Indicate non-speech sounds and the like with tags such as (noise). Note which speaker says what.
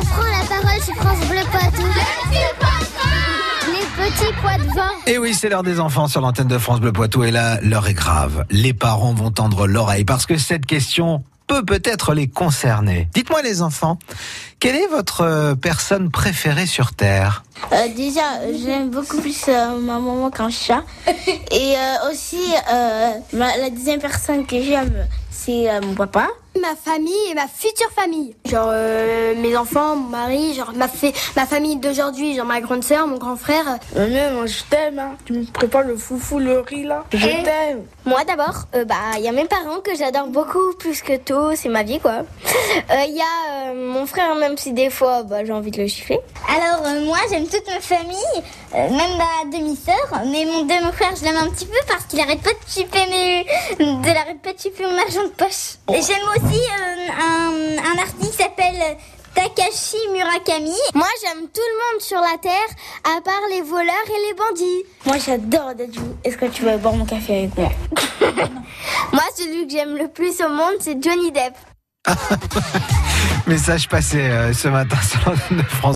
Speaker 1: parole sur France Bleu Poitou. Les petits pois de vin.
Speaker 2: Et Eh oui, c'est l'heure des enfants sur l'antenne de France Bleu Poitou et là, l'heure est grave. Les parents vont tendre l'oreille parce que cette question peut peut-être les concerner. Dites-moi les enfants, quelle est votre euh, personne préférée sur Terre
Speaker 3: Euh, déjà, euh, j'aime beaucoup plus euh, ma maman qu'un chat.
Speaker 4: (laughs)
Speaker 3: Et euh, aussi, euh, ma- la deuxième personne que j'aime, c'est euh, mon papa.
Speaker 4: ma famille et ma future famille. Genre euh, mes enfants, mon mari, genre ma, fa- ma famille d'aujourd'hui, genre ma grande sœur, mon grand frère. euh,
Speaker 3: Maman, je t'aime. Tu me prépares le foufou, le riz là. Je
Speaker 4: Eh.
Speaker 3: t'aime.
Speaker 4: Moi d'abord, euh, bah il y a mes parents que j'adore beaucoup plus que tout, c'est ma vie quoi. Il y a euh, mon frère même si des fois bah, j'ai envie de le chiffler.
Speaker 1: Alors, euh, moi, j'aime toute ma famille, euh, même ma demi-sœur. Mais mon demi-frère, je l'aime un petit peu parce qu'il arrête pas de chipper mes... de l'arrête pas de chipper mon argent de poche. Et J'aime aussi euh, un, un artiste qui s'appelle Takashi Murakami.
Speaker 4: Moi j'aime tout le monde sur la terre à part les voleurs et les bandits.
Speaker 3: Moi, j'adore Dadju. Est-ce que tu vas boire mon café avec moi
Speaker 4: Moi celui que j'aime le plus au monde c'est Johnny Depp.
Speaker 2: Message passé euh, ce matin sur l'antenne de France.